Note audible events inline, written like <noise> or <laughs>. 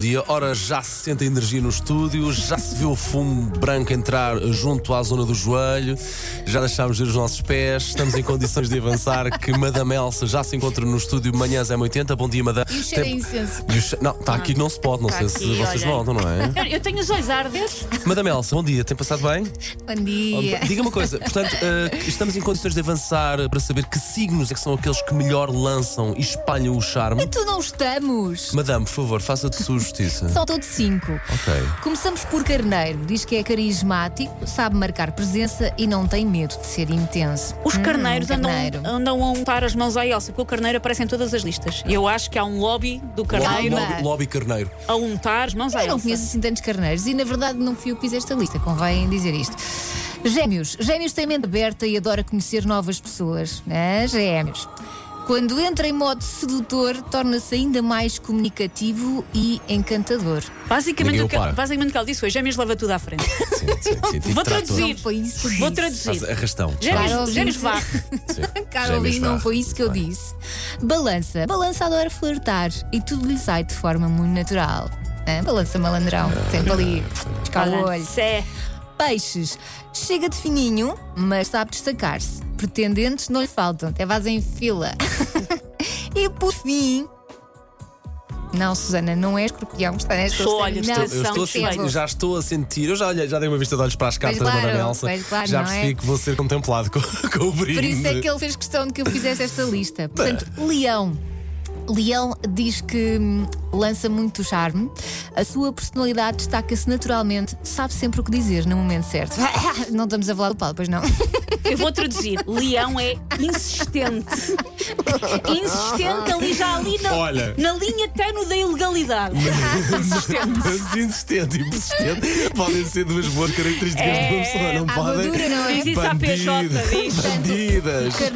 Dia, ora, já se sente a energia no estúdio, já se viu o fumo branco entrar junto à zona do joelho, já deixámos ver os nossos pés, estamos em condições de avançar. Que Madame Elsa já se encontra no estúdio manhãs M80. Bom dia, Madame. E o Um cheiro a Tem- incenso. E o che- Não, está aqui que não se pode, não Tá sei se aqui, vocês olha. notam, não é? Eu, eu tenho os olhos a arder. Madame Elsa, bom dia, tem passado bem? Bom dia. Diga uma coisa, portanto, eh, estamos em condições de avançar para saber que signos é que são aqueles que melhor lançam e espalham o charme. Tu não estamos. Madame, por favor, faça de sua justiça. Faltam de cinco. Ok. Começamos por Carneiro. Diz que é carismático, sabe marcar presença e não tem medo de ser intenso. Os carneiros andam, carneiro. andam a untar as mãos à Elsa, porque o carneiro aparece em todas as listas. E Eu acho que há um lobby do Lobby, carneiro lobby, lobby carneiro. a untar as mãos à Eu não Elsa. conheço assim tantos carneiros e, na verdade, não fui eu que fiz esta lista, convém dizer isto. Gêmeos. Gêmeos tem mente aberta e adora conhecer novas pessoas. né? Gêmeos. Quando entra em modo sedutor, torna-se ainda mais comunicativo e encantador. Basicamente Ninguém o, que, o para. basicamente o que ela disse foi: Gêmeos leva tudo <laughs> à frente. Sim, sim, sim. Vou Trator. traduzir. Não foi isso que eu Vou disse. Faz traduzir. arrastão. Claro, Gêmeos, ouvinte. gêmeos vá. <laughs> Caro ouvinte, não foi isso que eu disse. Balança. Balança adora flertar e tudo lhe sai de forma muito natural. Hã? Balança malandrão, Ah, sempre ali, piscar o olho. Sé. Peixes. Chega de fininho, mas sabe destacar-se. Pretendentes não lhe faltam, até vás em fila. <laughs> e por fim. Não, Susana, não é escorpião, está nesta Sou, série. olha, Não, estou- Eu estou a Sim, sentir, percebo. já estou a sentir, eu já, olhei- já dei uma vista de olhos para as cartas da claro, Madame Elsa. pois claro, já não é? percebi que vou ser contemplado com, <laughs> com o brinde. Por isso é que ele fez questão de que eu fizesse esta lista. Portanto, Leão. Leão diz que hum, lança muito charme, a sua personalidade destaca-se naturalmente, sabe sempre o que dizer no momento certo. <laughs> Não estamos a falar do Paulo, pois não? Eu vou traduzir. Leão é <laughs> insistente. Insistente ali, já ali na, Olha. na linha tenue da ilegalidade. Mas insistente e persistente podem ser duas É, boas características de uma pessoa, não À podem? madura, não é? Diz isso à PJ, diz. Bandidas. Carne-